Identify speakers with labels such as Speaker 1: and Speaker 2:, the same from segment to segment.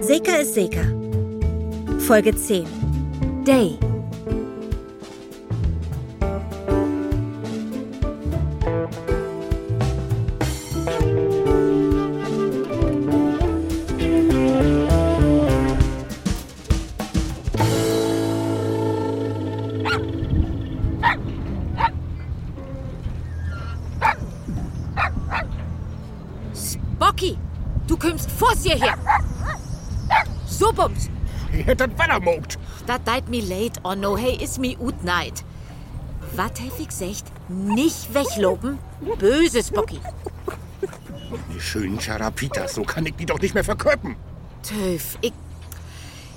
Speaker 1: Sicker ist Seker. Folge 10. Day.
Speaker 2: Spocky, du kommst vor hierher. So bums.
Speaker 3: Ihr hättet weitermogt.
Speaker 2: Da deit mi late, oh no, hey, is mi ut neid. Wat heftig secht, nicht wegloben, böses Bocky.
Speaker 3: Die schönen Charapitas, so kann ich die doch nicht mehr verkörpen.
Speaker 2: Töf, ich,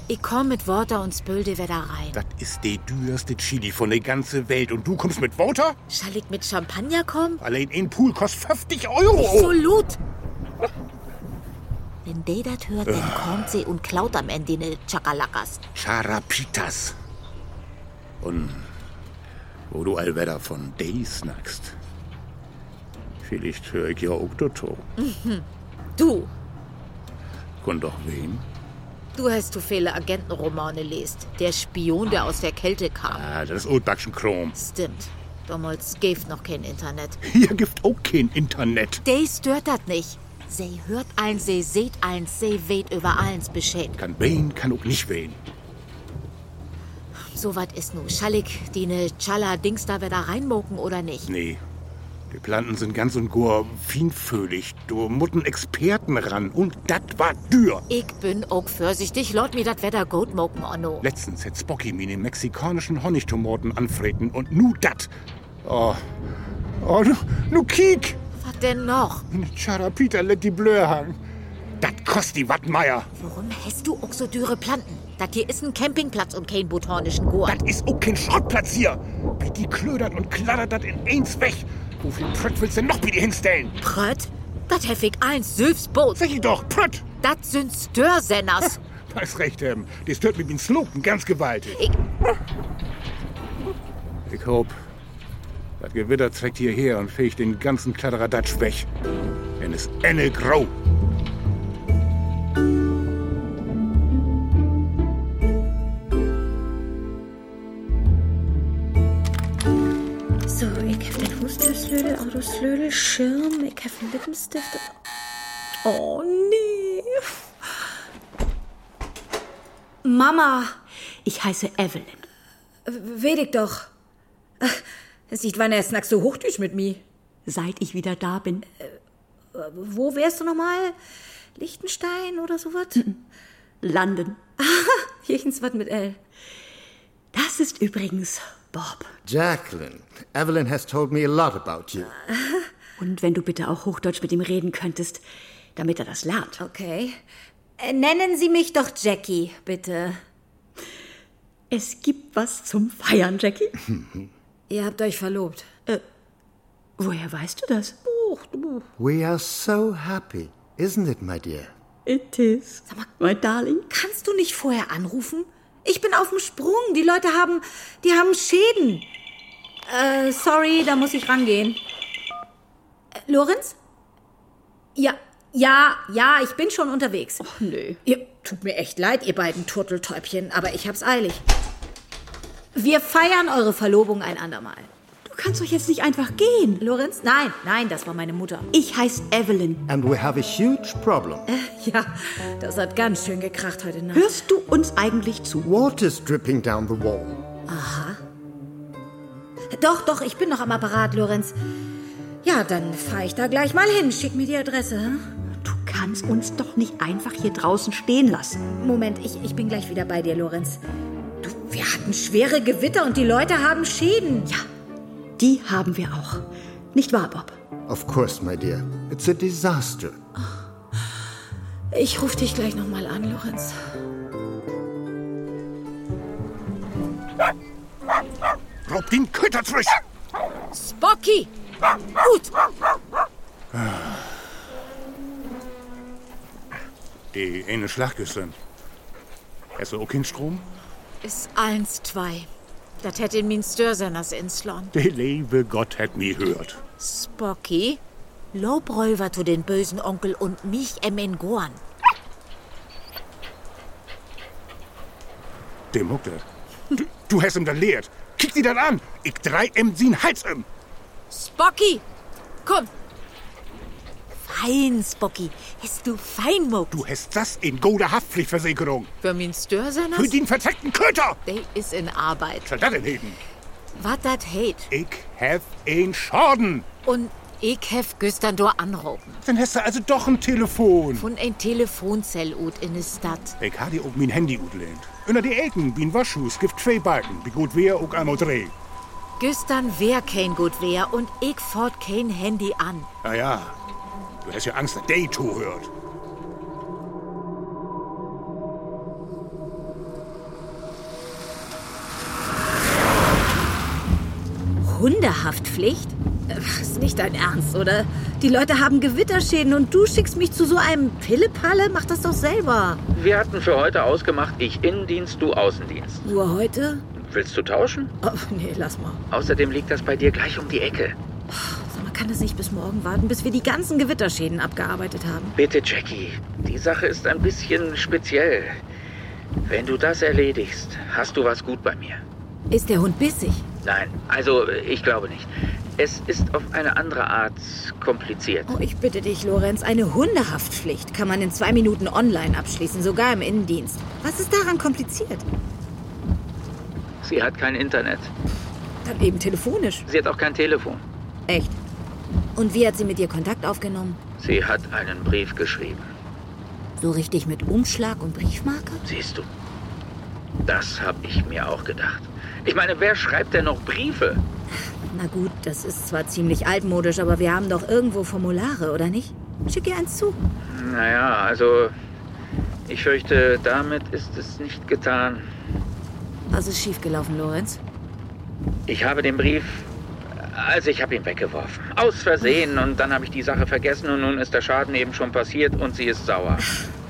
Speaker 2: ich komm mit Worte und Spülde wieder rein.
Speaker 3: Das ist die teuerste Chili von der ganzen Welt. Und du kommst mit Water?
Speaker 2: Schall ich mit Champagner kommen?
Speaker 3: Allein ein Pool kostet 50 Euro.
Speaker 2: Absolut. Wenn der das hört, dann kommt sie und klaut am Ende ne Chakalakas.
Speaker 3: Charapitas. Und wo du allwetter von Day snackst. Vielleicht höre ich ja auch dazu.
Speaker 2: Du,
Speaker 3: Und doch wen?
Speaker 2: du hast zu viele Agentenromane lest. Der Spion, der aus der Kälte kam.
Speaker 3: Ah, das ist Oldbackschen Chrom.
Speaker 2: Stimmt. Damals gäf noch kein Internet.
Speaker 3: Hier gibt auch kein Internet.
Speaker 2: Dey stört das nicht. Sie hört eins, sie seht eins, sie weht über eins Bescheid.
Speaker 3: Kann wen, kann auch nicht wen.
Speaker 2: So wat ist nu. Schallig, die ne Chala Dings da wieder reinmoken oder nicht?
Speaker 3: Nee. Die Planten sind ganz und gar feinfühlig. Du mutten Experten ran. Und dat war dür.
Speaker 2: Ich bin auch vorsichtig, laut mir dat Wetter gut moken, Onno.
Speaker 3: Letztens hat Spocky mir den mexikanischen Honigtomaten anfreten und nu dat. Oh. Oh, nu, nu kiek.
Speaker 2: Wat denn noch?
Speaker 3: Eine Charapita let die Blöhr hang. Dat kost die Wattmeier.
Speaker 2: Warum hast du auch so dürre Planten? Dat hier ist ein Campingplatz und kein botanischen Gurt.
Speaker 3: Dat is auch kein Schrottplatz hier. Wie die klödert und kladdert dat in eins weg. Wo viel Prött willst du denn noch wie die hinstellen?
Speaker 2: Prött? Dat heffig eins, Sülfs Boot.
Speaker 3: Sag ich doch, Prött.
Speaker 2: Dat sind Störsenners.
Speaker 3: Da ist recht, ähm, die stört mit den Slopen ganz gewaltig.
Speaker 2: Ich-
Speaker 3: Ich hopp, das Gewitter trägt hierher und fegt den ganzen Kladderadatsch weg. Denn es enne grau.
Speaker 4: So, ich habe den Fußtürslödel, Autoslödel, Schirm, ich habe einen Lippenstift. Oh nee. Mama,
Speaker 5: Ich heiße Evelyn.
Speaker 4: wedig doch. Sieht wann er snackst du Hochdüsch mit mir. Äh,
Speaker 5: Seit ich wieder da bin,
Speaker 4: Wo wärst du nochmal? Liechtenstein oder sowas?
Speaker 5: landen.
Speaker 4: Kirchens was mit L.
Speaker 5: Das ist übrigens Bob.
Speaker 6: Jacqueline, Evelyn has told me a lot about you.
Speaker 5: Und wenn du bitte auch Hochdeutsch mit ihm reden könntest, damit er das lernt.
Speaker 4: Okay. Äh, Nennen Sie mich doch Jackie, bitte.
Speaker 5: Es gibt was zum Feiern, Jackie.
Speaker 4: Ihr habt euch verlobt.
Speaker 5: Woher weißt du das?
Speaker 6: We are so happy, isn't it, my dear?
Speaker 5: It is. Sag mal, mein Darling.
Speaker 4: Kannst du nicht vorher anrufen? Ich bin auf dem Sprung. Die Leute haben, die haben Schäden. Äh, sorry, da muss ich rangehen. Äh, Lorenz? Ja, ja, ja, ich bin schon unterwegs.
Speaker 5: Nö.
Speaker 4: Ihr, tut mir echt leid, ihr beiden Turteltäubchen, aber ich hab's eilig. Wir feiern eure Verlobung ein andermal.
Speaker 5: Du kannst doch jetzt nicht einfach gehen.
Speaker 4: Lorenz? Nein, nein, das war meine Mutter.
Speaker 5: Ich heiße Evelyn.
Speaker 6: And we have a huge problem.
Speaker 4: Ja, das hat ganz schön gekracht heute Nacht.
Speaker 5: Hörst du uns eigentlich zu?
Speaker 6: Water's dripping down the wall.
Speaker 4: Doch, doch, ich bin noch am Apparat, Lorenz. Ja, dann fahre ich da gleich mal hin. Schick mir die Adresse. hm?
Speaker 5: Du kannst uns doch nicht einfach hier draußen stehen lassen.
Speaker 4: Moment, ich, ich bin gleich wieder bei dir, Lorenz. Du, wir hatten schwere Gewitter und die Leute haben Schäden. Ja,
Speaker 5: Die haben wir auch. Nicht wahr, Bob?
Speaker 6: Of course, my dear. It's a disaster.
Speaker 4: ich rufe dich gleich nochmal an, Lorenz.
Speaker 3: Rob den Köter frisch.
Speaker 2: Spocky! Gut,
Speaker 3: Die eine Schlachtküsseln. Hast du auch keinen Strom?
Speaker 2: ist eins, zwei. Dat hätt in min Störsenners inslon.
Speaker 3: Der liebe Gott hat mich hört.
Speaker 2: Spocky, lobräuber tu den bösen Onkel und mich em in Goan.
Speaker 3: Dem huckt er. Du, du hast ihm das lehrt. Kick sie dann an. Ich drei em sin heiz em.
Speaker 2: Spocky, komm. Fein, Spocky. Hast du fein mogt.
Speaker 3: Du hast das in gode Haftpflichtversicherung.
Speaker 2: Für min Störsener?
Speaker 3: Für den verzeckten Köter.
Speaker 2: Der ist in Arbeit.
Speaker 3: Soll das denn heben?
Speaker 2: Wat dat hate.
Speaker 3: Ich hab einen Schaden.
Speaker 2: Und ich hef gestern dur anrufen.
Speaker 3: Dann hast du also doch ein Telefon.
Speaker 2: Von ein Telefonzell ut in de Stadt.
Speaker 3: Ich hab dir auch mein Handy utlehnt. Unter die Ecken, bin Waschhus, gibt zwei Balken. Wie gut wär, auch einmal dreh.
Speaker 2: Gestern wär kein gut wär und ich fort kein Handy an.
Speaker 3: Ah ja, du hast ja Angst, dass der zuhört.
Speaker 4: Hundehaftpflicht? Ach, Ist nicht dein Ernst, oder? Die Leute haben Gewitterschäden und du schickst mich zu so einem Pillepalle? Mach das doch selber.
Speaker 7: Wir hatten für heute ausgemacht, ich Innendienst, du Außendienst.
Speaker 4: Nur heute?
Speaker 7: Willst du tauschen?
Speaker 4: Oh, nee, lass mal.
Speaker 7: Außerdem liegt das bei dir gleich um die Ecke.
Speaker 4: Sag mal, kann das nicht bis morgen warten, bis wir die ganzen Gewitterschäden abgearbeitet haben?
Speaker 7: Bitte, Jackie, die Sache ist ein bisschen speziell. Wenn du das erledigst, hast du was gut bei mir.
Speaker 4: Ist der Hund bissig?
Speaker 7: Nein, also ich glaube nicht. Es ist auf eine andere Art kompliziert.
Speaker 4: Oh, ich bitte dich, Lorenz, eine Hundehaftpflicht kann man in zwei Minuten online abschließen, sogar im Innendienst. Was ist daran kompliziert?
Speaker 7: Sie hat kein Internet.
Speaker 4: Dann eben telefonisch.
Speaker 7: Sie hat auch kein Telefon.
Speaker 4: Echt? Und wie hat sie mit dir Kontakt aufgenommen?
Speaker 7: Sie hat einen Brief geschrieben.
Speaker 4: So richtig mit Umschlag und Briefmarke?
Speaker 7: Siehst du? Das habe ich mir auch gedacht. Ich meine, wer schreibt denn noch Briefe?
Speaker 4: Na gut, das ist zwar ziemlich altmodisch, aber wir haben doch irgendwo Formulare, oder nicht? Schick ihr eins zu.
Speaker 7: Naja, also ich fürchte, damit ist es nicht getan.
Speaker 4: Was ist schiefgelaufen, Lorenz?
Speaker 7: Ich habe den Brief, also ich habe ihn weggeworfen. Aus Versehen und dann habe ich die Sache vergessen und nun ist der Schaden eben schon passiert und sie ist sauer.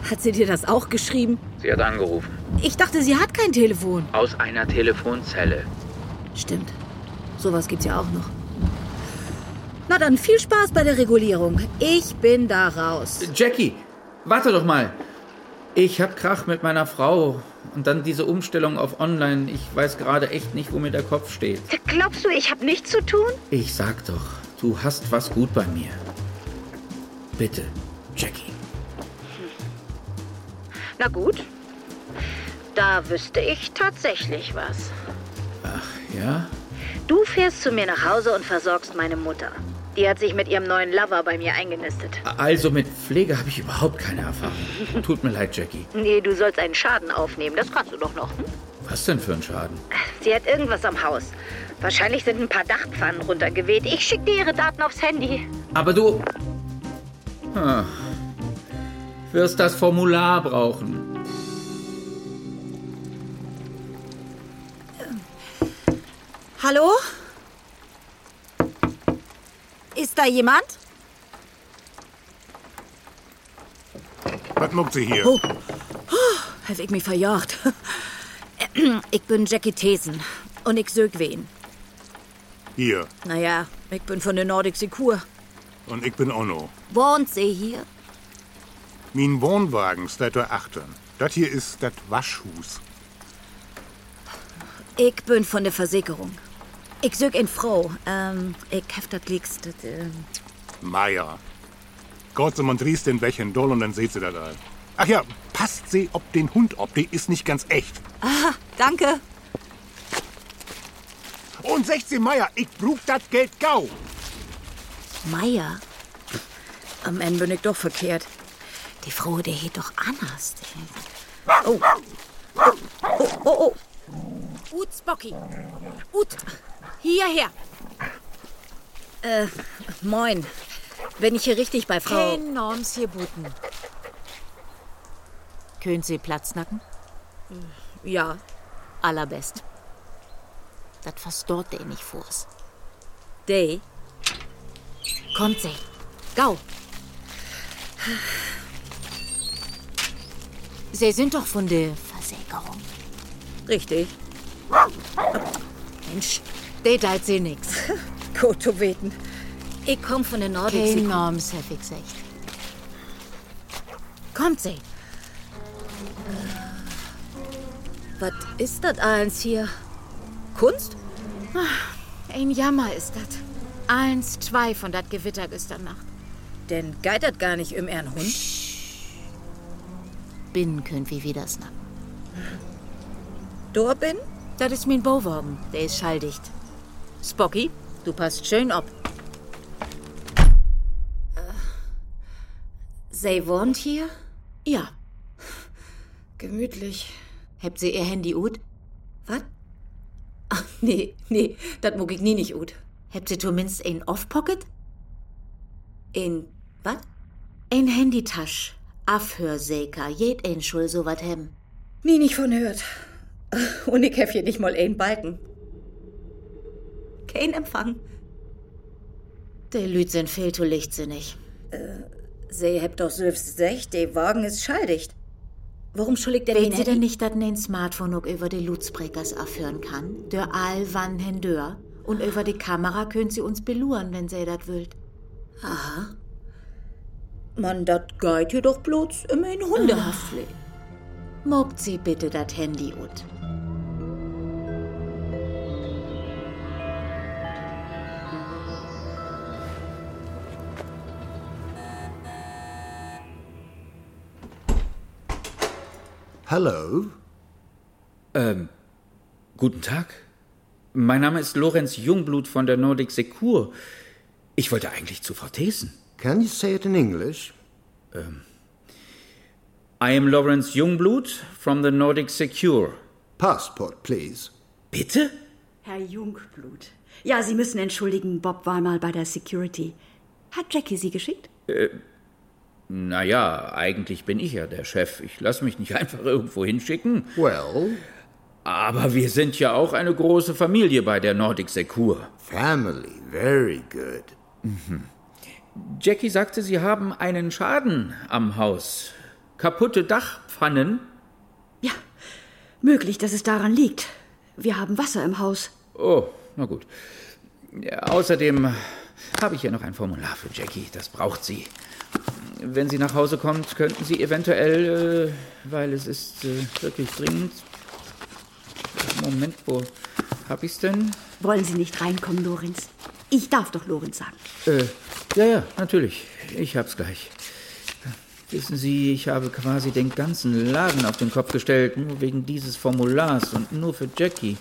Speaker 4: Hat sie dir das auch geschrieben?
Speaker 7: Sie hat angerufen.
Speaker 4: Ich dachte, sie hat kein Telefon.
Speaker 7: Aus einer Telefonzelle.
Speaker 4: Stimmt. Sowas gibt's ja auch noch. Na dann, viel Spaß bei der Regulierung. Ich bin da raus.
Speaker 8: Jackie, warte doch mal. Ich hab Krach mit meiner Frau und dann diese Umstellung auf Online. Ich weiß gerade echt nicht, wo mir der Kopf steht.
Speaker 9: Glaubst du, ich habe nichts zu tun?
Speaker 8: Ich sag doch, du hast was gut bei mir. Bitte, Jackie.
Speaker 9: Na gut. Da wüsste ich tatsächlich was.
Speaker 8: Ach ja?
Speaker 9: Du fährst zu mir nach Hause und versorgst meine Mutter. Die hat sich mit ihrem neuen Lover bei mir eingenistet.
Speaker 8: Also mit Pflege habe ich überhaupt keine Erfahrung. Tut mir leid, Jackie.
Speaker 9: Nee, du sollst einen Schaden aufnehmen. Das kannst du doch noch. Hm?
Speaker 8: Was denn für ein Schaden?
Speaker 9: Sie hat irgendwas am Haus. Wahrscheinlich sind ein paar Dachpfannen runtergeweht. Ich schicke dir ihre Daten aufs Handy.
Speaker 8: Aber du. Ah, wirst das Formular brauchen.
Speaker 4: Hallo? Ist da jemand?
Speaker 3: Was muckt sie hier?
Speaker 4: Oh, oh hab ich mich verjagt. Ich bin Jackie Thesen und ich sög wen.
Speaker 3: Hier.
Speaker 4: Naja, ich bin von der Nordic Secure.
Speaker 3: Und ich bin Onno.
Speaker 4: Wohnt sie hier?
Speaker 3: Mein Wohnwagen steht da achtern. Das hier ist das Waschhus.
Speaker 4: Ich bin von der Versicherung. Ich sög in Frau. Ähm, ich hef dat liegst. dat, ähm,
Speaker 3: Meier. Gott, so man drehst den Bächen doll und dann seht sie das ein. Ach ja, passt sie ob den Hund ob, die ist nicht ganz echt.
Speaker 4: Ah, danke.
Speaker 3: Und 16 Meier, ich brug dat Geld gau.
Speaker 4: Meier? Am Ende bin ich doch verkehrt. Die Frau, der hätt doch anders. Oh. Oh, oh, oh.
Speaker 2: Ut, Spocky. Ut, hierher.
Speaker 4: Äh, moin. Bin ich hier richtig bei Frau?
Speaker 2: Kein Norms hier buten. Können Sie Platz nacken?
Speaker 4: Ja.
Speaker 2: Allerbest. Das verstört der nicht vor's.
Speaker 4: Day?
Speaker 2: Kommt sie. Gau. Sie sind doch von der Versägerung.
Speaker 4: Richtig.
Speaker 2: Mensch, die teilt sie nix.
Speaker 4: Koto beten. Ich komm von der Nordic
Speaker 2: Kein
Speaker 4: Secure.
Speaker 2: Norms, hab ich gesagt. Kommt sie.
Speaker 1: Was ist das eins hier? Kunst?
Speaker 2: Ein Jammer ist das. Eins, zwei von dat Gewitter gestern Nacht.
Speaker 1: Denn geitert gar nicht im Ehrenhund.
Speaker 2: um Binnen könnt wie wieder snappen.
Speaker 1: Dor bin?
Speaker 2: Das ist mein Bauwagen. Der ist schalldicht. Spocky, du passt schön Äh, ob.
Speaker 4: They wohnt hier?
Speaker 2: Ja.
Speaker 4: Gemütlich.
Speaker 2: Habt sie ihr Handy ut?
Speaker 4: Was? Ach, nee, nee, das mag ich nie nicht gut.
Speaker 2: Habt sie zumindest ein Off-Pocket?
Speaker 4: In was?
Speaker 2: Ein Handytasch. Afhörsäker, jed ein Schul so wat hem.
Speaker 4: Nie nicht von hört. Und ich hef hier nicht mal ein Balken. Kein Empfang.
Speaker 2: De Lüt sind viel zu lichtsinnig.
Speaker 4: Sie hebt doch selbst sech, der Wagen ist schalldicht. Warum schuldigt der
Speaker 2: Wenn sie denn nicht dat ein Smartphone auch über de Lutzbreckers afhören kann, dör all wann hindör. Und über die Kamera könnt sie uns beluren, wenn sie dat wüllt.
Speaker 4: Man, dat geht hier doch bloß immer in Hundehaft.
Speaker 2: Mobt Ah. sie bitte dat Handy ut.
Speaker 6: Hello?
Speaker 8: Guten Tag. Mein Name ist Lorenz Jungblut von der Nordic Secur. Ich wollte eigentlich zu Frau Thesen.
Speaker 6: Can you say it in English?
Speaker 8: I am Lorenz Jungblut from the Nordic Secure.
Speaker 6: Passport, please.
Speaker 8: Bitte?
Speaker 5: Herr Jungblut. Ja, Sie müssen entschuldigen, Bob war mal bei der Security. Hat Jackie Sie geschickt?
Speaker 8: Naja, eigentlich bin ich ja der Chef. Ich lasse mich nicht einfach irgendwo hinschicken.
Speaker 6: Well,
Speaker 8: Aber wir sind ja auch eine große Familie bei der Nordic Secure.
Speaker 6: family, very good.
Speaker 8: Jackie sagte, Sie haben einen Schaden am Haus. Kaputte Dachpfannen.
Speaker 5: Ja, möglich, dass es daran liegt. Wir haben Wasser im Haus.
Speaker 8: Oh, na gut. Ja, außerdem habe ich ja noch ein Formular für Jackie. Das braucht sie. Wenn sie nach Hause kommt, könnten Sie eventuell, äh, weil es ist äh, wirklich dringend. Moment, wo hab ich's denn?
Speaker 5: Wollen Sie nicht reinkommen, Lorenz? Ich darf doch Lorenz sagen.
Speaker 8: Äh, ja, ja, natürlich. Ich hab's gleich. Wissen Sie, ich habe quasi den ganzen Laden auf den Kopf gestellt, nur wegen dieses Formulars und nur für Jackie.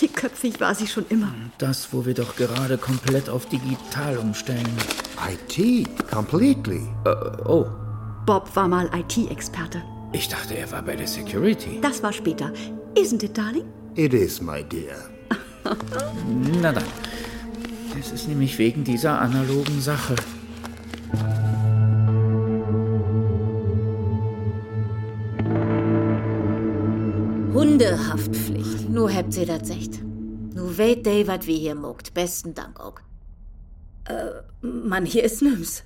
Speaker 5: Dickköpfig war sie schon immer.
Speaker 8: Das, wo wir doch gerade komplett auf digital umstellen.
Speaker 6: IT, completely.
Speaker 8: Oh,
Speaker 5: Bob war mal IT-Experte.
Speaker 8: ich dachte, er war bei der Security.
Speaker 5: Das war später. Isn't it, darling?
Speaker 6: It is, my dear.
Speaker 8: Na dann. Es ist nämlich wegen dieser analogen Sache.
Speaker 2: Hundehaftpflicht. Nu hebt sie dat secht. Nu weet de, wat wir hier mogt. Besten Dank auch.
Speaker 4: Mann, hier ist nims.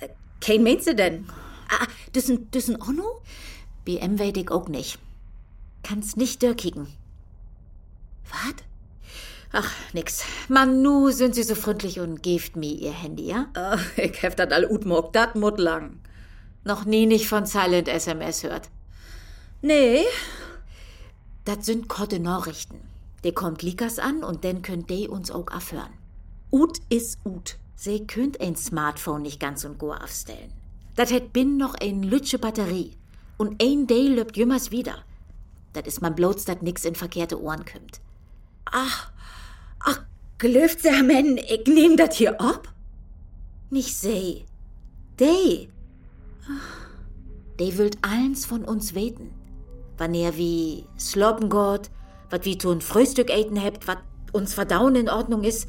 Speaker 4: Äh, Kein meinst du denn? Ah, das sind, das sind auch noch?
Speaker 2: BM weet ich auch nicht. Kann's nicht dörkigen.
Speaker 4: Was?
Speaker 2: Ach, nix. Mann, nu sind sie so freundlich und geeft mir ihr Handy, ja?
Speaker 4: Äh, ich hef dat all utmog, dat mut lang.
Speaker 2: Noch nie nicht von Silent SMS hört.
Speaker 4: Nee,
Speaker 2: Dat sind korte Nachrichten. De kommt Likas an und dann könnt de uns auch afhören. Ut is ut. Se könnt ein Smartphone nicht ganz und go aufstellen. Dat hätt bin noch ein lütsche Batterie. Und ein Day löbt jümmers wieder. Dat is man bloß, dat nix in verkehrte Ohren kümmt.
Speaker 4: ach, gelöft sie am Ende, ich nehm dat hier ab?
Speaker 2: Nicht se. De. De willt allens von uns weten. Wann er wie sloppen Gott, wat wie tun Frühstück eten hebt, wat uns verdauen in Ordnung ist,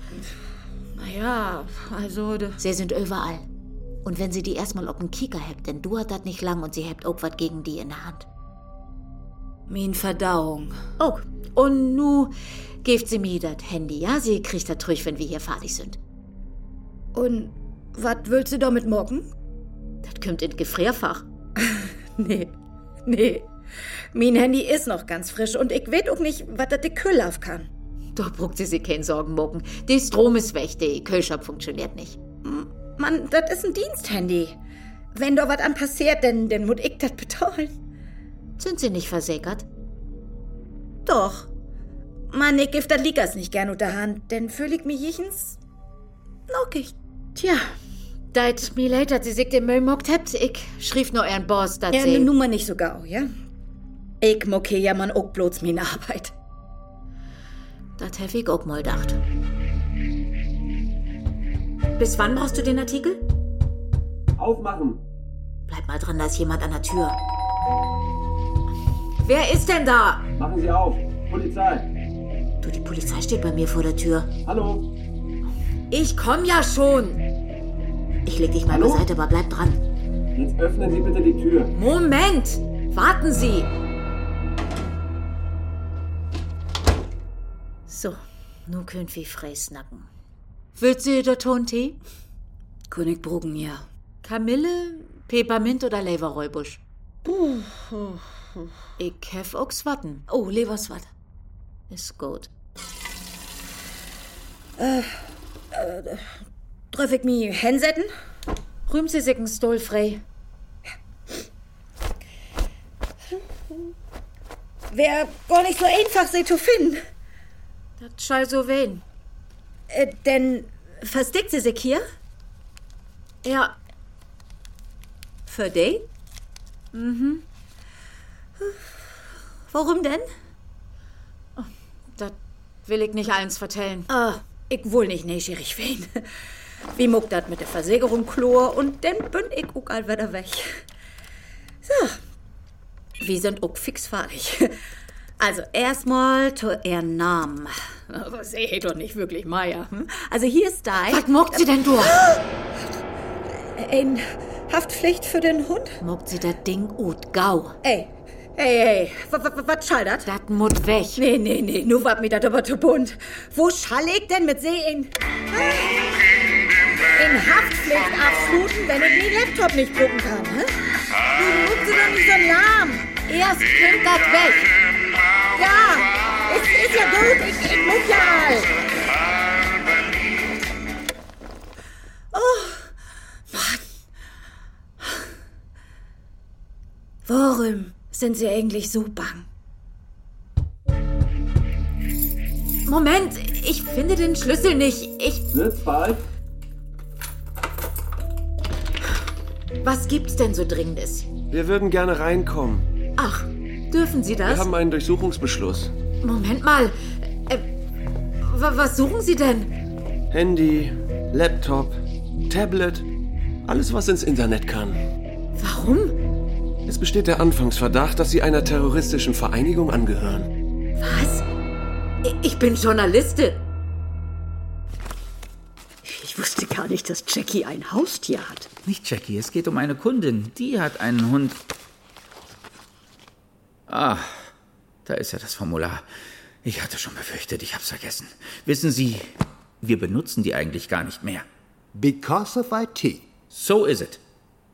Speaker 4: Naja, also, de-
Speaker 2: Sie sind überall. Und wenn sie die erstmal auf den Kicker hebt, denn du hat dat nicht lang und sie hebt auch wat gegen die in der Hand.
Speaker 4: Min Verdauung.
Speaker 2: Auch. Und nu geeft sie mir dat Handy, ja? Sie kriegt dat ruhig, wenn wir hier fertig sind.
Speaker 4: Und wat willst du damit mocken?
Speaker 2: Dat kümmt in Gefrierfach.
Speaker 4: Nee, nee. Mein Handy ist noch ganz frisch und ich weet auch nicht, wat dat de Kühlauf kann.
Speaker 2: Doch bruckt sie sich keinen Sorgen mocken. Die Strom ist weg, die Kühlschrank funktioniert nicht.
Speaker 4: Mann, das ist ein Diensthandy. Wenn da was an passiert, dann, dann muss ich das betalen.
Speaker 2: Sind sie nicht versägert?
Speaker 4: Doch. Man, ich gift dat Likas nicht gern unter Hand, denn fühlig mich jichens nockig.
Speaker 2: Tja, deit mi late, dat sie sich den Müll mockt hebt, ich schrief nur ihren Boss, dat
Speaker 4: ja,
Speaker 2: sie...
Speaker 4: Ja, nummer nicht sogar, ja? Ich mocke ja man auch bloß meine Arbeit.
Speaker 2: Dat hef ich auch mal dacht.
Speaker 4: Bis wann brauchst du den Artikel?
Speaker 10: Aufmachen.
Speaker 2: Bleib mal dran, da ist jemand an der Tür.
Speaker 4: Wer ist denn da?
Speaker 10: Machen Sie auf. Polizei.
Speaker 2: Du, die Polizei steht bei mir vor der Tür.
Speaker 10: Hallo.
Speaker 4: Ich komm ja schon.
Speaker 2: Ich leg dich mal Hallo? beiseite, aber bleib dran.
Speaker 10: Jetzt öffnen Sie bitte die Tür.
Speaker 4: Moment. Warten Sie.
Speaker 2: So, nun könnt wir frei snacken. Willst du der Tontee?
Speaker 5: König Bruggen, ja.
Speaker 2: Kamille, Peppermint oder Leverräubusch? ich hef auch Watten.
Speaker 5: Oh, Leverswatt.
Speaker 2: Ist gut.
Speaker 4: Äh, äh, darf ich mich hinsetzen?
Speaker 2: Rühm sie sich ein Stuhl frei.
Speaker 4: Wär gar nicht so einfach, sie zu finden.
Speaker 2: Das schall so wen.
Speaker 4: Äh, denn versteckt sie sich hier?
Speaker 2: Ja.
Speaker 4: Für dich?
Speaker 2: Mhm.
Speaker 4: Warum denn?
Speaker 2: Oh, das will ich nicht eins vertellen.
Speaker 4: Ah, ich wohl nicht neugierig wen. Wie muckt das mit der Versägerung Chlor und dann bin ich auch all wieder weg. So. Wir sind auch fix fertig. Also erstmal zu ihren Namen.
Speaker 2: Aber sehe ich doch nicht wirklich Meier. Hm?
Speaker 4: Also hier ist dein.
Speaker 2: Was muckt sie denn durch?
Speaker 4: Ein Haftpflicht für den Hund?
Speaker 2: Muckt sie das Ding ut gau.
Speaker 4: Ey, ey, ey, was schall dat?
Speaker 2: Dat mut weg.
Speaker 4: Nee, nee, nee, nu wart mir dat aber zu bunt. Wo schall ich denn mit See in... In Haftpflicht abschluten, wenn ich den Laptop nicht gucken kann, hä? Du muckt sie doch nicht so lahm.
Speaker 2: Erst kommt dat weg.
Speaker 4: Ja, ist, ist ja gut, ich, ich muss ja all. Oh. Warum sind sie eigentlich so bang?
Speaker 2: Moment, ich finde den Schlüssel nicht. Ich.
Speaker 10: Sitz Ne? bald.
Speaker 2: Was gibt's denn so Dringendes?
Speaker 10: Wir würden gerne reinkommen.
Speaker 2: Ach, dürfen Sie das?
Speaker 10: Wir haben einen Durchsuchungsbeschluss.
Speaker 2: Moment mal. Äh, was suchen Sie denn?
Speaker 10: Handy, Laptop, Tablet, alles, was ins Internet kann.
Speaker 2: Warum?
Speaker 10: Es besteht der Anfangsverdacht, dass Sie einer terroristischen Vereinigung angehören.
Speaker 2: Was? Ich bin Journalistin.
Speaker 5: Ich wusste gar nicht, dass Jackie ein Haustier hat.
Speaker 8: Nicht Jackie, es geht um eine Kundin. Die hat einen Hund. Ah, da ist ja das Formular. Ich hatte schon befürchtet, ich hab's vergessen. Wissen Sie, wir benutzen die eigentlich gar nicht mehr.
Speaker 6: Because of IT.
Speaker 8: So is it.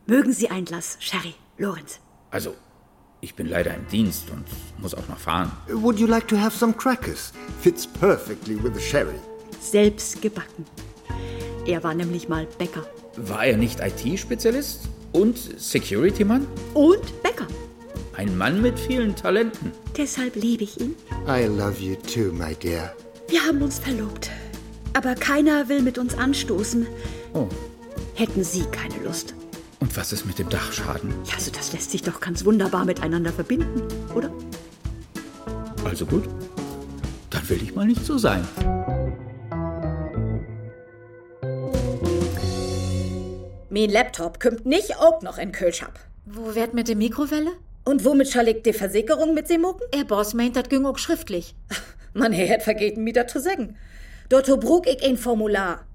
Speaker 5: Mögen Sie ein Glas, Sherry, Lorenz.
Speaker 8: Also, ich bin leider im Dienst und muss auch noch fahren.
Speaker 6: Would you like to have some crackers? Fits perfectly with the sherry.
Speaker 5: Selbst gebacken. Er war nämlich mal Bäcker.
Speaker 8: War er nicht IT-Spezialist und Security-Mann?
Speaker 5: Und Bäcker.
Speaker 8: Ein Mann mit vielen Talenten.
Speaker 5: Deshalb liebe ich ihn.
Speaker 6: I love you too, my dear.
Speaker 5: Wir haben uns verlobt. Aber keiner will mit uns anstoßen.
Speaker 8: Oh.
Speaker 5: Hätten Sie keine Lust?
Speaker 8: Und was ist mit dem Dachschaden?
Speaker 5: Ja, also das lässt sich doch ganz wunderbar miteinander verbinden, oder?
Speaker 8: Also gut, dann will ich mal nicht so sein.
Speaker 4: Mein Laptop kommt nicht auch noch in Kühlschab.
Speaker 2: Wo wird mit der Mikrowelle?
Speaker 4: Und womit schall ich die Versicherung mit sie mucken?
Speaker 2: Er Boss meint, das ging auch schriftlich.
Speaker 4: Man, er hat vergeten, mir das zu sagen. Dort brug ich ein Formular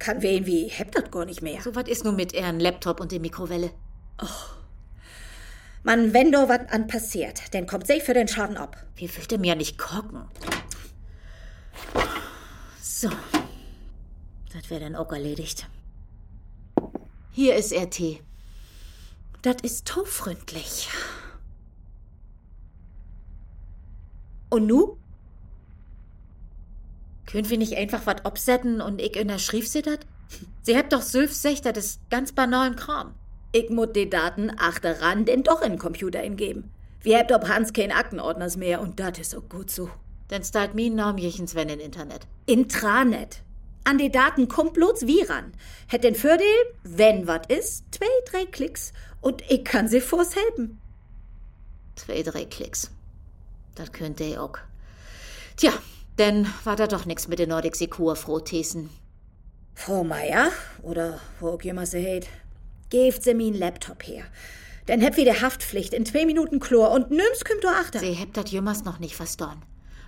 Speaker 4: kann wen wie hebt das gar nicht mehr.
Speaker 2: So was ist nun mit ihren Laptop und der Mikrowelle?
Speaker 4: Oh. Mann, wenn da was an passiert, dann kommt sich für den Schaden ab.
Speaker 2: Wir wollten mir ja nicht gucken. So. Das wäre dann auch erledigt. Hier ist RT.
Speaker 4: Das ist taufreundlich. Und nu?
Speaker 2: Können wir nicht einfach was absetzen und ich unterschrieb sie dat? Sie habt doch Sylf Sechter des ganz banalen Kram.
Speaker 4: Ich muss die Daten achteran denn doch in den Computer hingeben. Wir habt ob Hans keinen Aktenordners mehr und das ist auch gut so.
Speaker 2: Denn start mir Namen jechens wenn in Internet.
Speaker 4: Intranet. An die Daten kommt bloß wie ran. Hätt den Fördel, wenn wat is, zwei, drei Klicks und ich kann sie vors helfen.
Speaker 2: Zwei, drei Klicks. Das könnte ich auch. Tja, denn war da doch nix mit den Nordic Secure Frohthesen.
Speaker 4: Frau Meier, oder wo auch immer sie hält, gebt sie mir Laptop her. Dann habt wir die Haftpflicht in zwei Minuten Chlor und nimm's kümmt du achter.
Speaker 2: Sie hebt dat jümmers noch nicht verstorn.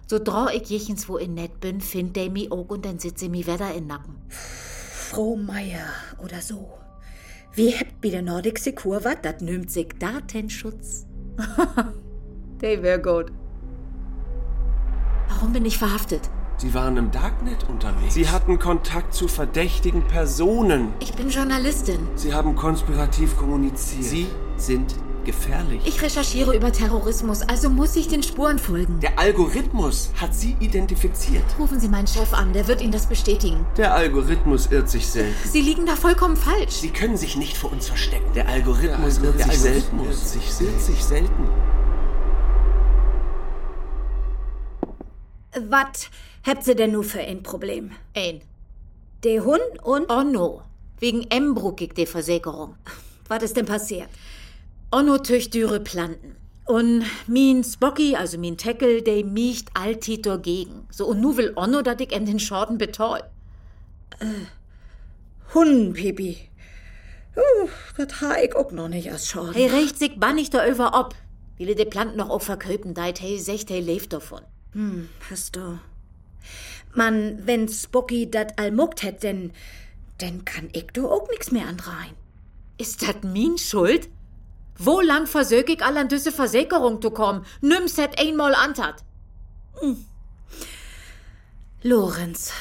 Speaker 2: So drau ich jechens wo in nett bin, find de mi ook und dann sitze mi Wetter in Nacken.
Speaker 4: Frau Meier, oder so. Wie hebt bi der Nordic Secure wat, dat nimmt sich Datenschutz.
Speaker 2: de wär gut. Warum bin ich verhaftet?
Speaker 10: Sie waren im Darknet unterwegs. Sie hatten Kontakt zu verdächtigen Personen.
Speaker 2: Ich bin Journalistin.
Speaker 10: Sie haben konspirativ kommuniziert. Sie sind gefährlich.
Speaker 2: Ich recherchiere über Terrorismus, also muss ich den Spuren folgen.
Speaker 10: Der Algorithmus hat Sie identifiziert.
Speaker 2: Rufen Sie meinen Chef an, der wird Ihnen das bestätigen.
Speaker 10: Der Algorithmus irrt sich selten.
Speaker 2: Sie liegen da vollkommen falsch.
Speaker 10: Sie können sich nicht vor uns verstecken. Der Algorithmus, der Algorithmus irrt, sich selten. irrt sich selten. Irrt sich selten.
Speaker 4: Was habt ihr denn nur für ein Problem?
Speaker 2: Ein.
Speaker 4: De Hund und.
Speaker 2: Onno. Wegen Embruck ich de Versicherung.
Speaker 4: Was ist denn passiert?
Speaker 2: Onno tücht dürre Planten. Und min Spocky, also min Tackle, de miecht Altitor gegen. So, und nu will Onno, dat ich em den Schorten betoll.
Speaker 4: Äh, Hun, Baby. Uh, dat ha ich auch noch nicht als Schorten.
Speaker 2: Hey, rechtsig bann ich da über ob. Viele de Planten noch auch verköpen, deit hey, secht hey, lebt davon.
Speaker 4: Hm, hast du. Mann, wenn Spocky dat almuckt hätt, denn, denn kann ich du auch nix mehr anrein.
Speaker 2: Ist dat min Schuld? Wo lang versög ich all an düsse Versäkerung zu kommen? Nimm's het einmal antat.
Speaker 4: Hm. Lorenz.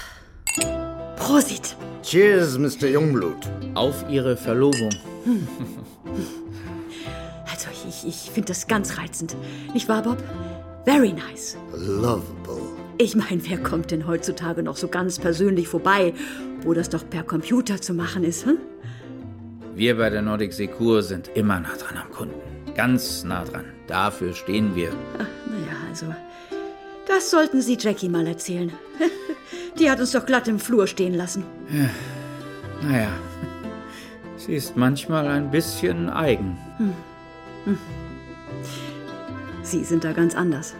Speaker 4: Prosit.
Speaker 6: Cheers, Mr. Jungblut.
Speaker 8: Auf Ihre Verlobung. Hm.
Speaker 5: Also, ich, ich finde das ganz reizend. Nicht wahr, Bob? Very nice.
Speaker 6: Lovable.
Speaker 5: Ich meine, wer kommt denn heutzutage noch so ganz persönlich vorbei, wo das doch per Computer zu machen ist, hm?
Speaker 8: Wir bei der Nordic Secure sind immer nah dran am Kunden. Ganz nah dran. Dafür stehen wir.
Speaker 5: Naja, also. Das sollten Sie Jackie mal erzählen. Die hat uns doch glatt im Flur stehen lassen.
Speaker 8: Ja. Naja. Sie ist manchmal ein bisschen eigen. Hm. Hm.
Speaker 5: Sie sind da ganz anders.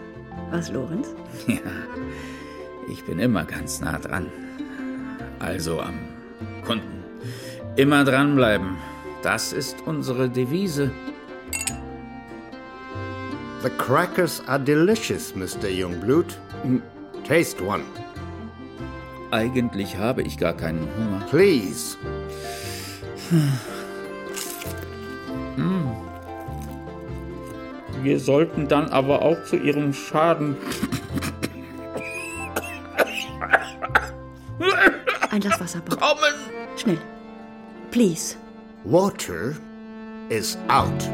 Speaker 5: Was, Lorenz?
Speaker 8: Ja, ich bin immer ganz nah dran. Also am Kunden. Immer dranbleiben. Das ist unsere Devise.
Speaker 6: The crackers are delicious, Mr. Jungblut. Taste one.
Speaker 8: Eigentlich habe ich gar keinen Hunger.
Speaker 6: Please.
Speaker 8: mm. Wir sollten dann aber auch zu ihrem Schaden.
Speaker 5: Ein Glas Wasser, Bob.
Speaker 8: Kommen!
Speaker 5: Schnell. Please.
Speaker 6: Water is out.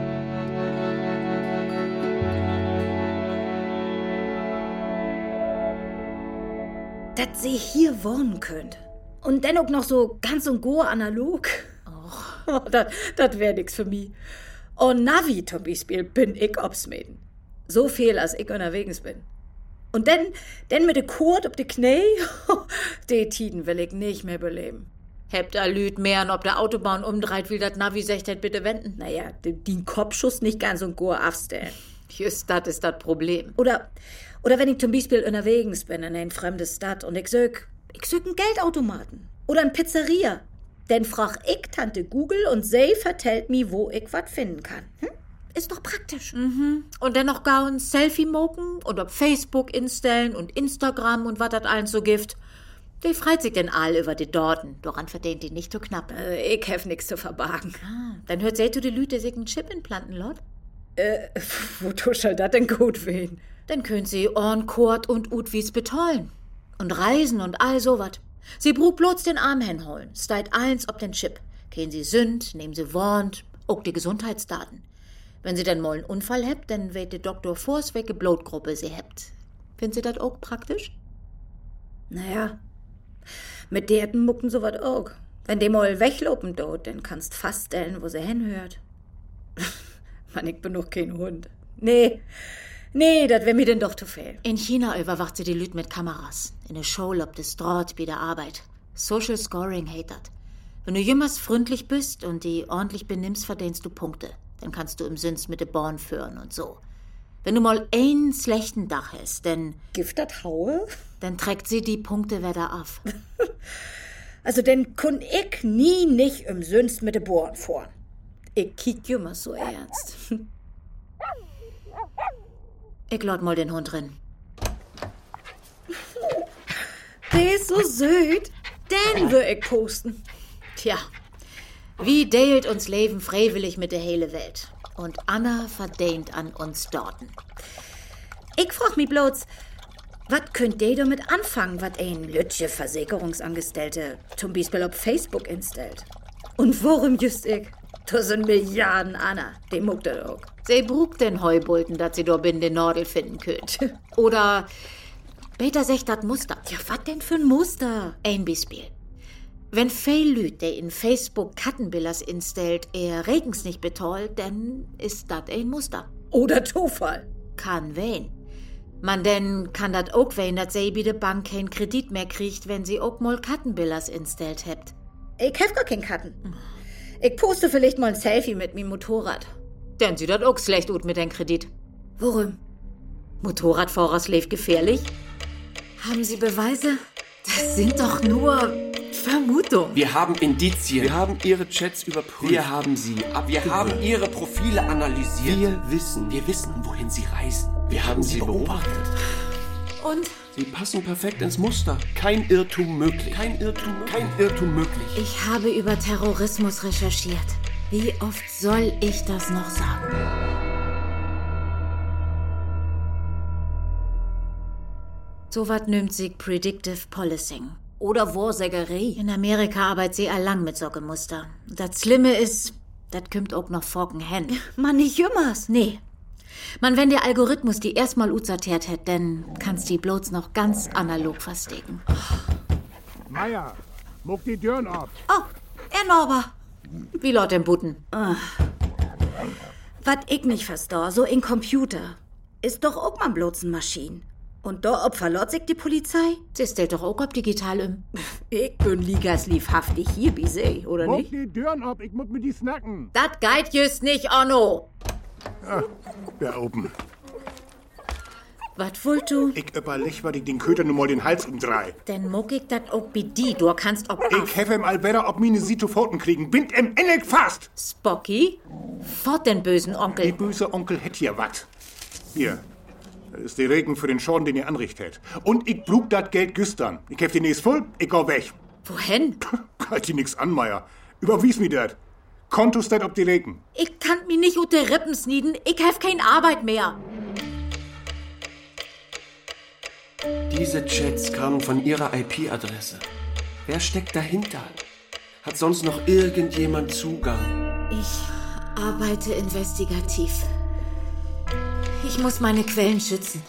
Speaker 4: Dass sie hier wohnen könnt. Und dennoch noch so ganz und go analog. Oh, das wäre nix für mich. Und Navi zum Beispiel bin ich Obsmäden. So viel, als ich unterwegs bin. Und denn, denn mit de Kurt ob de Knie, de Tiden will ich nicht mehr beleben.
Speaker 2: Hebt a Lüd mehr an ob der Autobahn umdreit, will dat Navi sich dat bitte wenden.
Speaker 4: Naja, den, den Kopfschuss nicht ganz und go aufstellen.
Speaker 2: Just dat ist dat Problem.
Speaker 4: Oder, oder wenn ich zum Beispiel unterwegs bin in ein fremdes Stadt und ich sög, ich sög einen Geldautomaten oder ein Pizzeria denn frag ich Tante Google und sie vertellt mir, wo ich was finden kann. Hm? Ist doch praktisch.
Speaker 2: Mhm. Und dennoch gar ein Selfie moken und ob Facebook instellen und Instagram und was das allen so gibt. Die freut sich denn all über die Dorten, daran verdient die nicht zu knapp.
Speaker 4: Äh, ich hef nix zu verbargen.
Speaker 2: Ah, dann hört seh du die Lüte sich einen Chip implanten, Lord?
Speaker 4: Äh, wo soll das denn gut wehen?
Speaker 2: Dann könnt sie Orn, Kort und Utwies betollen. Und reisen und all sowas. Sie brug bloß den Arm hinholen, steit eins ob den Chip. Gehen Sie sünd, nehmen Sie warnt, auch die Gesundheitsdaten. Wenn Sie dann mal einen Unfall habt, dann weht der Doktor vors, welche Blutgruppe Sie habt. Finden Sie das auch praktisch?
Speaker 4: Naja, mit der mucken sowas auch. Wenn dem mal weglopen dort, dann kannst faststellen, wo sie hinhört. Man, ich bin doch kein Hund. Nee. Nee, das wäre mir denn doch zu viel.
Speaker 2: In China überwacht sie die Leute mit Kameras. In der Show lobt es dort bei der Arbeit. Social Scoring heißt das. Wenn du jemals freundlich bist und die ordentlich benimmst, verdienst du Punkte. Dann kannst du im Sins mit de Born führen und so. Wenn du mal einen schlechten Dach hast, dann.
Speaker 4: Giftert Haue?
Speaker 2: Dann trägt sie die Punkte wieder auf.
Speaker 4: also, denn kun ich nie nicht im Sünst mit de Born fahren. Ich kiek jemals so ernst.
Speaker 2: Ich lad mal den Hund drin.
Speaker 4: Der ist so süd. Den will ich posten.
Speaker 2: Tja, wie deilt uns Leben freiwillig mit der hele Welt. Und Anna verdient an uns dorten.
Speaker 4: Ich frag mich bloß, was könnt ihr damit anfangen, was ein Lütsche Versicherungsangestellte zum Beispiel auf Facebook instellt? Und worum just ich? Das sind Milliarden Anna, die muckt er auch.
Speaker 2: Sie brugt den Heubulten, dass sie dort bin den Nordel finden könnt. Oder Peter sagt dat Muster.
Speaker 4: Ja, was denn für ein Muster?
Speaker 2: Ein Beispiel. Wenn viel Lüt, der in Facebook Kattenbillers instellt, er regens nicht betollt, dann ist dat ein Muster.
Speaker 4: Oder Zufall.
Speaker 2: Kann wen. Man denn kann dat auch wen, dat sie bei der Bank keinen Kredit mehr kriegt, wenn sie auch mal Kattenbillers instellt hebt.
Speaker 4: Ich hab gar keinen Katten. Ich poste vielleicht mal ein Selfie mit meinem Motorrad.
Speaker 2: Denn sie dat auch schlecht gut mit dem Kredit.
Speaker 4: Worum?
Speaker 2: Motorradfahrers lebt gefährlich.
Speaker 4: Haben Sie Beweise?
Speaker 2: Das sind doch nur Vermutungen.
Speaker 10: Wir haben Indizien.
Speaker 11: Wir haben Ihre Chats überprüft.
Speaker 10: Wir haben sie
Speaker 11: abgehört. Wir haben Ihre Profile analysiert.
Speaker 10: Wir wissen.
Speaker 11: Wir wissen, wohin Sie reisen.
Speaker 10: Wir, wir haben Sie beobachtet.
Speaker 4: Und?
Speaker 10: Sie passen perfekt ins Muster. Kein Irrtum möglich.
Speaker 11: Kein Irrtum möglich.
Speaker 10: Kein Irrtum möglich.
Speaker 2: Ich habe über Terrorismus recherchiert. Wie oft soll ich das noch sagen? So wat nimmt sie Predictive Policing. Oder Wahrsagerie. In Amerika arbeitet sie allang mit solche Muster. Das Schlimme ist, das kümmt auch noch Forken hen.
Speaker 4: Man nicht jümmers.
Speaker 2: Nee. Man, wenn der Algorithmus die erstmal uzertert hätt, dann kannst die bloß noch ganz analog verstecken.
Speaker 3: Meier, muck die Türen ab.
Speaker 4: Oh, er Norber.
Speaker 2: Wie laut im Buten.
Speaker 4: Was ich nicht verstor, so in Computer. Ist doch auch mal bloß ein Maschinen. Und da verlor sich die Polizei?
Speaker 2: Sie stellt doch auch ob digital um. im.
Speaker 4: Ich bin ligasliefhaftig hier, wie sie, oder
Speaker 3: Mug
Speaker 4: nicht?
Speaker 3: die Türen ab, ich muss mir die snacken.
Speaker 2: Dat geht just nicht, Onno.
Speaker 3: Ah, wer oben.
Speaker 2: Was wollt du?
Speaker 3: Ich überleg, was ich den Köter nur mal den Hals umdrei.
Speaker 2: Denn muck ich dat auch bi die, du kannst ob
Speaker 3: Ich helfe im Alberta, ob mine Sito Foten kriegen. Bind im Ennig fast!
Speaker 2: Spocky? Fort den bösen Onkel.
Speaker 3: Die böse Onkel hätt hier wat. Hier, das ist der Regen für den Schaden, den ihr anrichtet. Und ich blug dat Geld güstern. Ich hef die nächst voll, ich gau weg.
Speaker 2: Wohin?
Speaker 3: Halt die nix an, Meier. Überwies mi dat. Kontos dat ob die Regen.
Speaker 2: Ich kann mi nicht unter Rippen snieden. Ich hef kein Arbeit mehr.
Speaker 10: Diese Chats kamen von ihrer IP-Adresse. Wer steckt dahinter? Hat sonst noch irgendjemand Zugang?
Speaker 2: Ich arbeite investigativ. Ich muss meine Quellen schützen.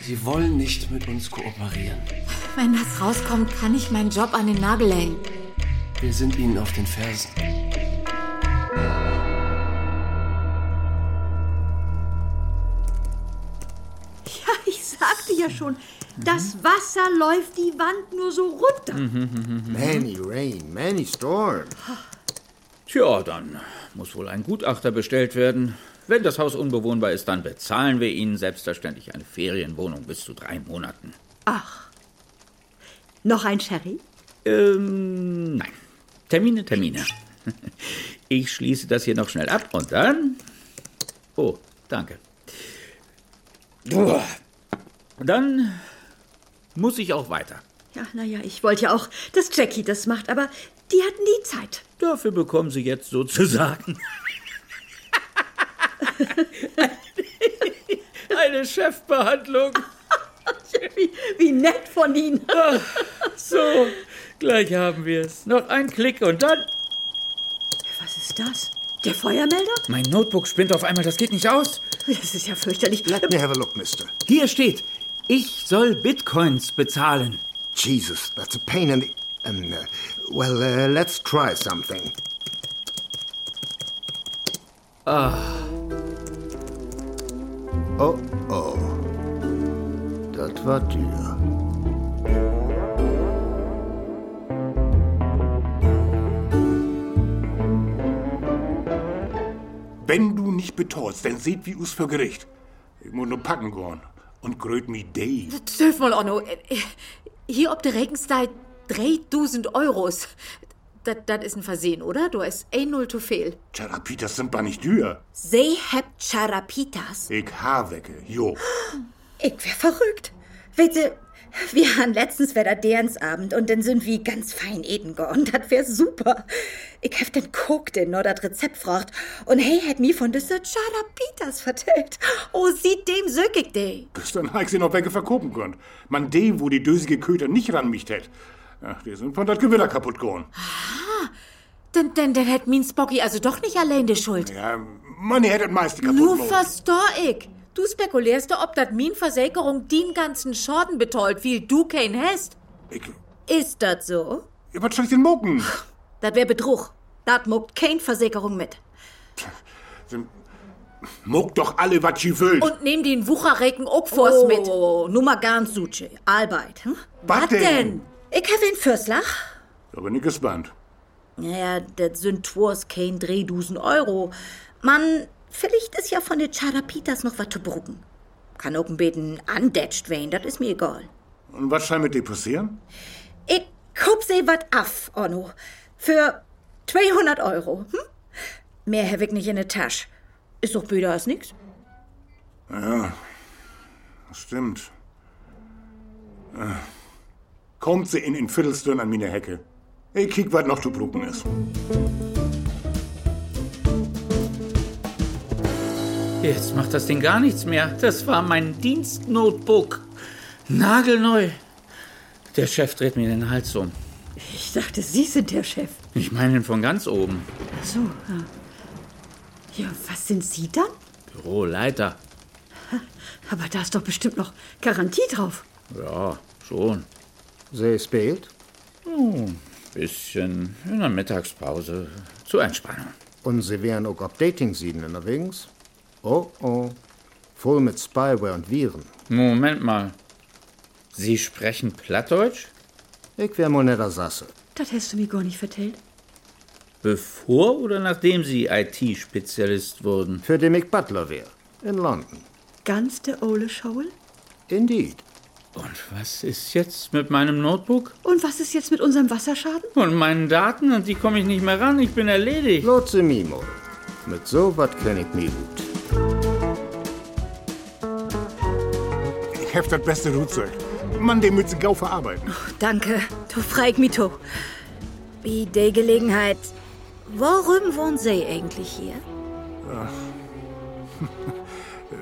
Speaker 10: Sie wollen nicht mit uns kooperieren.
Speaker 2: Wenn das rauskommt, kann ich meinen Job an den Nagel hängen.
Speaker 10: Wir sind Ihnen auf den Fersen.
Speaker 5: Ja, ich sagte ja schon, das Wasser läuft die Wand nur so runter.
Speaker 6: Many rain, many storm.
Speaker 8: Tja, dann muss wohl ein Gutachter bestellt werden. Wenn das Haus unbewohnbar ist, dann bezahlen wir Ihnen selbstverständlich eine Ferienwohnung bis zu drei Monaten.
Speaker 5: Ach. Noch ein Sherry?
Speaker 8: Ähm, nein. Termine, Termine. Ich schließe das hier noch schnell ab und dann. Oh, danke. Uah. Dann muss ich auch weiter.
Speaker 5: Ja, naja, ich wollte ja auch, dass Jackie das macht, aber die hat nie Zeit.
Speaker 8: Dafür bekommen Sie jetzt sozusagen eine Chefbehandlung.
Speaker 5: wie, wie, nett von Ihnen. Ach,
Speaker 8: so, gleich haben wir es. Noch ein Klick und dann.
Speaker 5: Was ist das? Der Feuermelder?
Speaker 8: Mein Notebook spinnt auf einmal, das geht nicht aus.
Speaker 5: Das ist ja fürchterlich.
Speaker 6: Let me have a look, Mister.
Speaker 8: Hier steht, ich soll Bitcoins bezahlen.
Speaker 6: Jesus, that's a pain in the. Um, uh, well, uh, let's try something.
Speaker 8: Ah.
Speaker 6: Oh oh. Das war dür.
Speaker 3: Wenn du nicht betorst, dann seht wie us für Gericht. Ich muss nur packen gorn und gröt mi Day.
Speaker 2: Dürf mal, Onno. äh, Hier ob der Regenstyle 3000 Euros. Das ist ein Versehen, oder? Du hast ein Null zu viel.
Speaker 3: Charapitas sind ba nicht dür.
Speaker 4: Sie hebt Charapitas.
Speaker 3: Ich ha wecke, jo.
Speaker 4: Ich wär verrückt. Bitte, wir haben letztens wieder Dernsabend und dann sind wir ganz fein eten und das wär super. Ich hab den Cook den nur das Rezept fragt und hey, hat mir von dieser Charapitas vertellt. Oh, sieht dem söckig de.
Speaker 3: Gestern ha ich sie noch wecke verkopen konnt. Man de, wo die dösige Köter nicht ran mich tät. Ach, die sind von dat Gewitter kaputt gorn.
Speaker 2: Ah, denn, denn, denn hätt min Spocky also doch nicht allein de Schuld.
Speaker 3: Ja, man hättet meist die kaputt
Speaker 2: Nu
Speaker 3: gemacht.
Speaker 2: verstor ich. Du spekulierst, ob dat min Versäkerung den ganzen Schaden betäubt, wie du kein hast.
Speaker 3: Ich,
Speaker 2: Ist dat so?
Speaker 3: ich was soll ich denn mucken?
Speaker 2: Dat wär Betrug. Dat muckt kein Versäkerung mit.
Speaker 3: Sind- Muck doch alle, was sie will.
Speaker 2: Und nehm den Wucherrecken auch vors
Speaker 4: Oh,
Speaker 2: mit.
Speaker 4: Oh, nur mal ganz Suche. Arbeit, hm?
Speaker 3: Was
Speaker 4: Was
Speaker 3: denn?
Speaker 4: Ich hab in Fürslach.
Speaker 3: Da bin ich gespannt.
Speaker 4: Naja, das sind Tours kein Drehdusen Euro. Mann, vielleicht ist ja von den Charapitas noch was zu brucken. Kann auch ein bisschen andetscht werden, das ist mir egal.
Speaker 3: Und was soll mit dir passieren?
Speaker 4: Ich kopp sie wat af, Onno. Für 200 Euro, hm? Mehr hab ich nicht in der Tasche. Ist doch böder als nix.
Speaker 3: Ja, das stimmt. Äh, Kommt sie in den Viertelstund an meine Hecke. Ich kick, was noch zu brucken ist.
Speaker 8: Jetzt macht das Ding gar nichts mehr. Das war mein Dienstnotebook. Nagelneu. Der Chef dreht mir den Hals um.
Speaker 5: Ich dachte, Sie sind der Chef.
Speaker 8: Ich meine ihn von ganz oben.
Speaker 5: Ach so. Ja. ja, was sind Sie dann?
Speaker 8: Büroleiter.
Speaker 5: Aber da ist doch bestimmt noch Garantie drauf.
Speaker 8: Ja, schon.
Speaker 6: Sie spielt?
Speaker 8: Oh, bisschen in der Mittagspause. Zur Entspannung.
Speaker 6: Und sie wären auch auf Dating-Sieden unterwegs? Oh oh. Voll mit Spyware und Viren.
Speaker 8: Moment mal. Sie sprechen Plattdeutsch?
Speaker 6: Ich wär Moneta Sasse.
Speaker 5: Das hast du mir gar nicht vertellt.
Speaker 8: Bevor oder nachdem Sie IT-Spezialist wurden?
Speaker 6: Für den ich Butler wär. In London.
Speaker 5: Ganz der Ole Schauel?
Speaker 6: Indeed.
Speaker 8: Und was ist jetzt mit meinem Notebook?
Speaker 5: Und was ist jetzt mit unserem Wasserschaden?
Speaker 8: Und meinen Daten? Und die komme ich nicht mehr ran. Ich bin erledigt.
Speaker 6: Lotse Mimo. Mit so was kenn ich mich gut.
Speaker 3: Ich heft das beste Rutzeug. Mann, den müssen gau verarbeiten.
Speaker 4: Danke, du freig mich to. Wie die Gelegenheit. Warum wohnen sie eigentlich hier?
Speaker 3: Ach.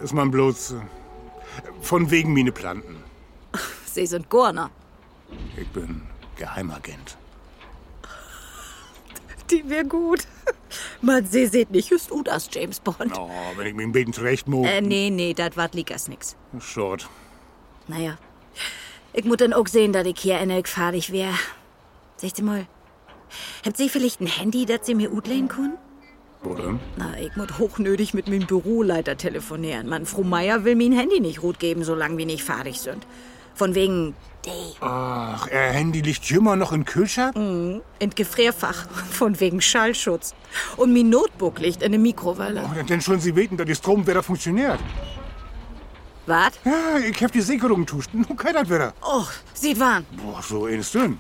Speaker 3: Ist man bloß äh, von wegen meine Planten.
Speaker 4: Sie sind Gorner.
Speaker 3: Ich bin Geheimagent.
Speaker 4: Die wär gut. Man, sie seht nicht, ist gut aus James Bond.
Speaker 3: Oh, wenn ich mich ein bisschen zurecht muss.
Speaker 2: Ähm.
Speaker 4: Äh, nee, nee, dat wat liegers nix.
Speaker 3: Short.
Speaker 4: Naja. Ich muss dann auch sehen, dass ich hier in fahrig wär. Seht ihr mal, habt sie vielleicht ein Handy, das sie mir utleihen können?
Speaker 3: Wo denn?
Speaker 4: Na, ich muss hochnötig mit meinem Büroleiter telefonieren. Mann, Frau Meier will mir ein Handy nicht gut geben, solange wir nicht fahrig sind. Von wegen Day.
Speaker 3: Ach, er Handy liegt immer noch in Kühlschrank?
Speaker 4: Mhm, in Gefrierfach. Von wegen Schallschutz. Und mein Notebook liegt in der Mikrowelle.
Speaker 3: Oh, denn schon sie weten, dass die Stromwetter funktioniert.
Speaker 4: Wat?
Speaker 3: Ja, ich hab die Sicherung tuscht. Nun kann das wieder.
Speaker 4: Oh, sieht warm.
Speaker 3: Boah, so eines dünn.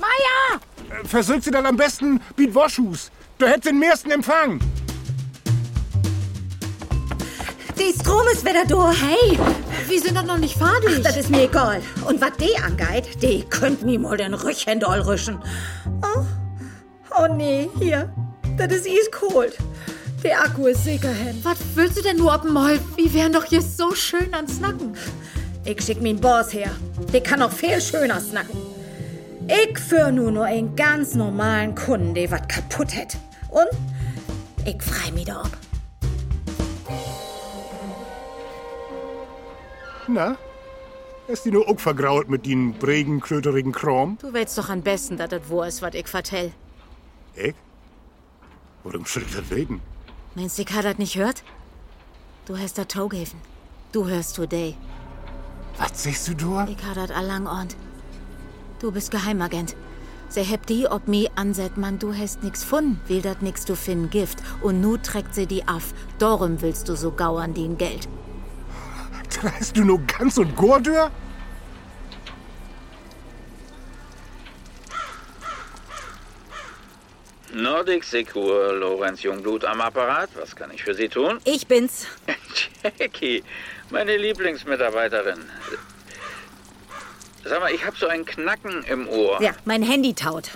Speaker 4: Meier!
Speaker 3: Äh, Versöhnt sie dann am besten mit Waschus. Du hättest den mehrsten Empfang.
Speaker 4: Die Strom ist wieder durch.
Speaker 2: Hey, wir sind doch noch nicht fertig.
Speaker 4: Das ist mir egal. Und was die angeht, die könnt mir mal den Rüchen doll rüschen. Oh, oh nee, hier. Das ist iskold. Der Akku ist sicher hin.
Speaker 2: Was willst du denn nur ab dem Moll? Wir wären doch hier so schön ans Snacken.
Speaker 4: Ich schick mir Boss her. Der kann noch viel schöner snacken. Ich für nur nur einen ganz normalen Kunden, der was kaputt hat. Und ich frei mich da ab.
Speaker 3: Na? Ist die nur auch vergraut mit den bregen, klöterigen Krom?
Speaker 2: Du weißt doch am besten, dass das wo ist, was ich vertell.
Speaker 3: Ich? Warum soll ich das reden?
Speaker 2: Meinst du, ich hat das nicht gehört? Du hast da Toghaven. Du hörst Today.
Speaker 3: Was siehst du da?
Speaker 2: Ich habe das allang und. Du bist Geheimagent. Se heb die ob mi anset, man, du hast nix fun, will dat nix du finden Gift. Und nu trägt se die af, darum willst du so gauern den Geld.
Speaker 3: Da hast du nur ganz und Gordür?
Speaker 7: Nordic Secure, Lorenz Jungblut am Apparat. Was kann ich für Sie tun?
Speaker 4: Ich bin's.
Speaker 7: Jackie, meine Lieblingsmitarbeiterin. Sag mal, ich habe so ein Knacken im Ohr.
Speaker 4: Ja, mein Handy taut.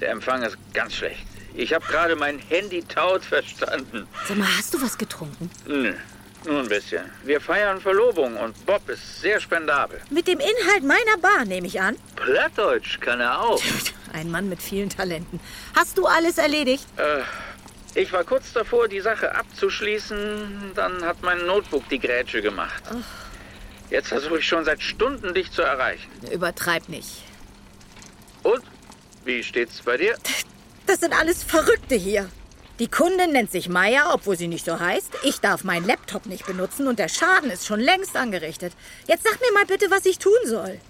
Speaker 7: Der Empfang ist ganz schlecht. Ich habe gerade mein Handy taut verstanden.
Speaker 4: Sag mal, hast du was getrunken?
Speaker 7: Nö, nur ein bisschen. Wir feiern Verlobung und Bob ist sehr spendabel.
Speaker 4: Mit dem Inhalt meiner Bar, nehme ich an.
Speaker 7: Plattdeutsch kann er auch.
Speaker 4: Ein Mann mit vielen Talenten. Hast du alles erledigt?
Speaker 7: Äh, ich war kurz davor, die Sache abzuschließen. Dann hat mein Notebook die Grätsche gemacht. Jetzt versuche ich schon seit Stunden, dich zu erreichen.
Speaker 4: Übertreib nicht.
Speaker 7: Und? Wie steht's bei dir?
Speaker 4: Das sind alles Verrückte hier. Die Kundin nennt sich Meier, obwohl sie nicht so heißt. Ich darf meinen Laptop nicht benutzen und der Schaden ist schon längst angerichtet. Jetzt sag mir mal bitte, was ich tun soll.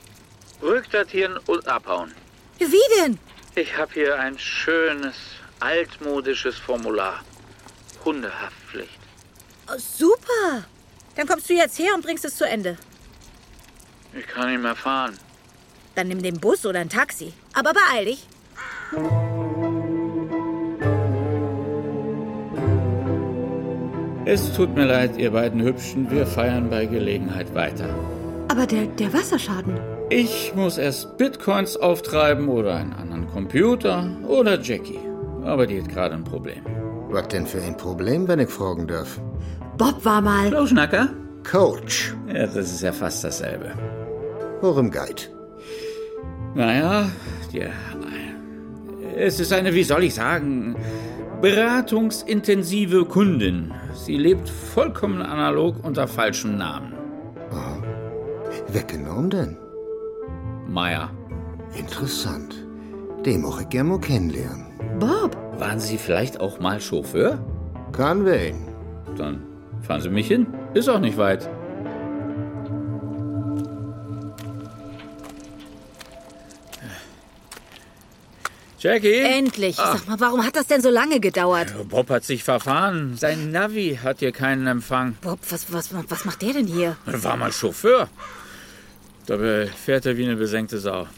Speaker 7: Rückdatieren und abhauen.
Speaker 4: Wie denn?
Speaker 7: Ich habe hier ein schönes, altmodisches Formular. Hundehaftpflicht.
Speaker 4: Oh, super. Dann kommst du jetzt her und bringst es zu Ende.
Speaker 7: Ich kann nicht mehr fahren.
Speaker 4: Dann nimm den Bus oder ein Taxi. Aber beeil dich.
Speaker 8: Es tut mir leid, ihr beiden Hübschen. Wir feiern bei Gelegenheit weiter.
Speaker 5: Aber der, der Wasserschaden.
Speaker 8: Ich muss erst Bitcoins auftreiben oder einen anderen Computer oder Jackie. Aber die hat gerade ein Problem.
Speaker 6: Was denn für ein Problem, wenn ich fragen darf?
Speaker 5: Bob war mal.
Speaker 8: Kloschnacker?
Speaker 6: Coach.
Speaker 8: Ja, das ist ja fast dasselbe.
Speaker 6: Worum geht?
Speaker 8: Naja, ja. Es ist eine, wie soll ich sagen, beratungsintensive Kundin. Sie lebt vollkommen analog unter falschem Namen.
Speaker 6: Oh. Weggenommen denn?
Speaker 8: Meier.
Speaker 6: Interessant. Den muss ich gerne mal kennenlernen.
Speaker 5: Bob?
Speaker 8: Waren Sie vielleicht auch mal Chauffeur?
Speaker 6: Kann wen.
Speaker 8: Dann fahren Sie mich hin. Ist auch nicht weit. Jackie?
Speaker 2: Äh.
Speaker 4: Endlich. Sag mal, warum hat das denn so lange gedauert?
Speaker 8: Bob hat sich verfahren. Sein Navi hat hier keinen Empfang.
Speaker 4: Bob, was, was, was macht der denn hier?
Speaker 8: Er war mal Chauffeur. Dabei fährt er wie eine besenkte Sau.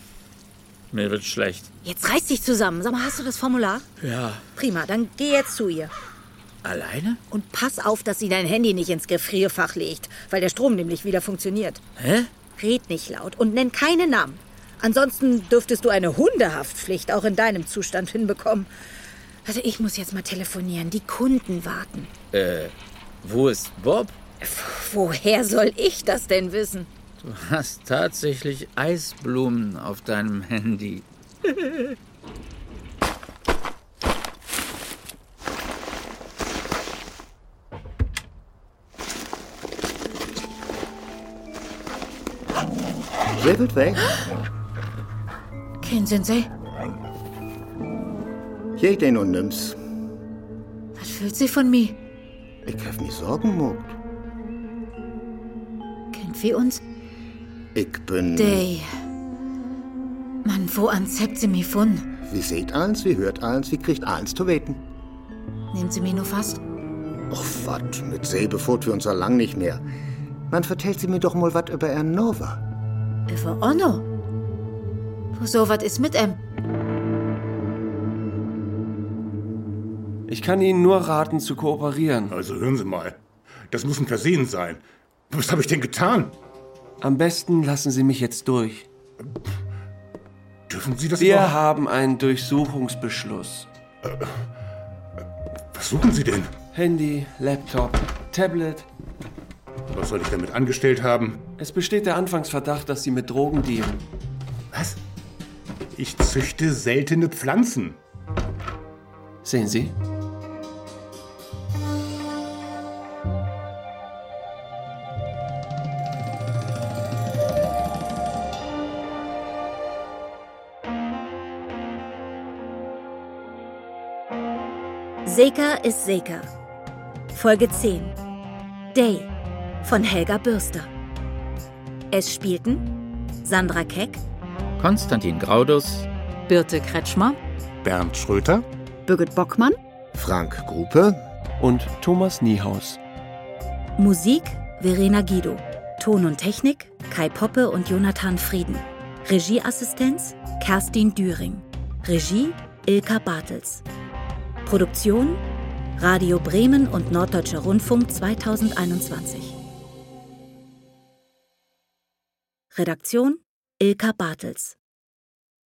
Speaker 8: Mir wird schlecht.
Speaker 4: Jetzt reiß dich zusammen. Sag mal, hast du das Formular?
Speaker 8: Ja.
Speaker 4: Prima, dann geh jetzt zu ihr.
Speaker 8: Alleine?
Speaker 4: Und pass auf, dass sie dein Handy nicht ins Gefrierfach legt, weil der Strom nämlich wieder funktioniert.
Speaker 8: Hä?
Speaker 4: Red nicht laut und nenn keine Namen. Ansonsten dürftest du eine Hundehaftpflicht auch in deinem Zustand hinbekommen. Also ich muss jetzt mal telefonieren. Die Kunden warten.
Speaker 8: Äh, wo ist Bob?
Speaker 4: Woher soll ich das denn wissen?
Speaker 8: Du hast tatsächlich Eisblumen auf deinem Handy.
Speaker 6: Sehr gut weg.
Speaker 2: Kein Sensei,
Speaker 6: Hier den und nimm's.
Speaker 2: was will sie von mir?
Speaker 6: Ich hab mir Sorgen gemacht.
Speaker 2: Kennt wir uns?
Speaker 6: Ich bin.
Speaker 2: Day. Mann, wo anzept sie mich von?
Speaker 6: Wie seht eins, wie hört eins, wie kriegt eins zu weten.
Speaker 2: Nimmt sie mich nur fast?
Speaker 6: Och, wat, mit Säbefurt wir uns ja lang nicht mehr. Man vertellt sie mir doch mal wat über Ernova.
Speaker 2: Ever Onno. Wo so was ist mit em?
Speaker 10: Ich kann Ihnen nur raten, zu kooperieren.
Speaker 3: Also hören Sie mal. Das muss ein Versehen sein. Was habe ich denn getan?
Speaker 10: Am besten lassen Sie mich jetzt durch.
Speaker 3: Dürfen Sie das
Speaker 10: Wir
Speaker 3: überhaupt?
Speaker 10: haben einen Durchsuchungsbeschluss.
Speaker 3: Was suchen Sie denn?
Speaker 10: Handy, Laptop, Tablet.
Speaker 3: Was soll ich damit angestellt haben?
Speaker 10: Es besteht der Anfangsverdacht, dass Sie mit Drogen dealen.
Speaker 3: Was? Ich züchte seltene Pflanzen.
Speaker 10: Sehen Sie?
Speaker 1: Seka ist Seka. Folge 10.
Speaker 2: Day von Helga Bürster. Es spielten Sandra Keck,
Speaker 8: Konstantin Graudus,
Speaker 12: Birte Kretschmer,
Speaker 3: Bernd Schröter,
Speaker 12: Birgit Bockmann,
Speaker 6: Frank Grupe
Speaker 10: und Thomas Niehaus.
Speaker 2: Musik Verena Guido, Ton und Technik Kai Poppe und Jonathan Frieden, Regieassistenz Kerstin Düring, Regie Ilka Bartels, Produktion Radio Bremen und Norddeutscher Rundfunk 2021. Redaktion Ilka Bartels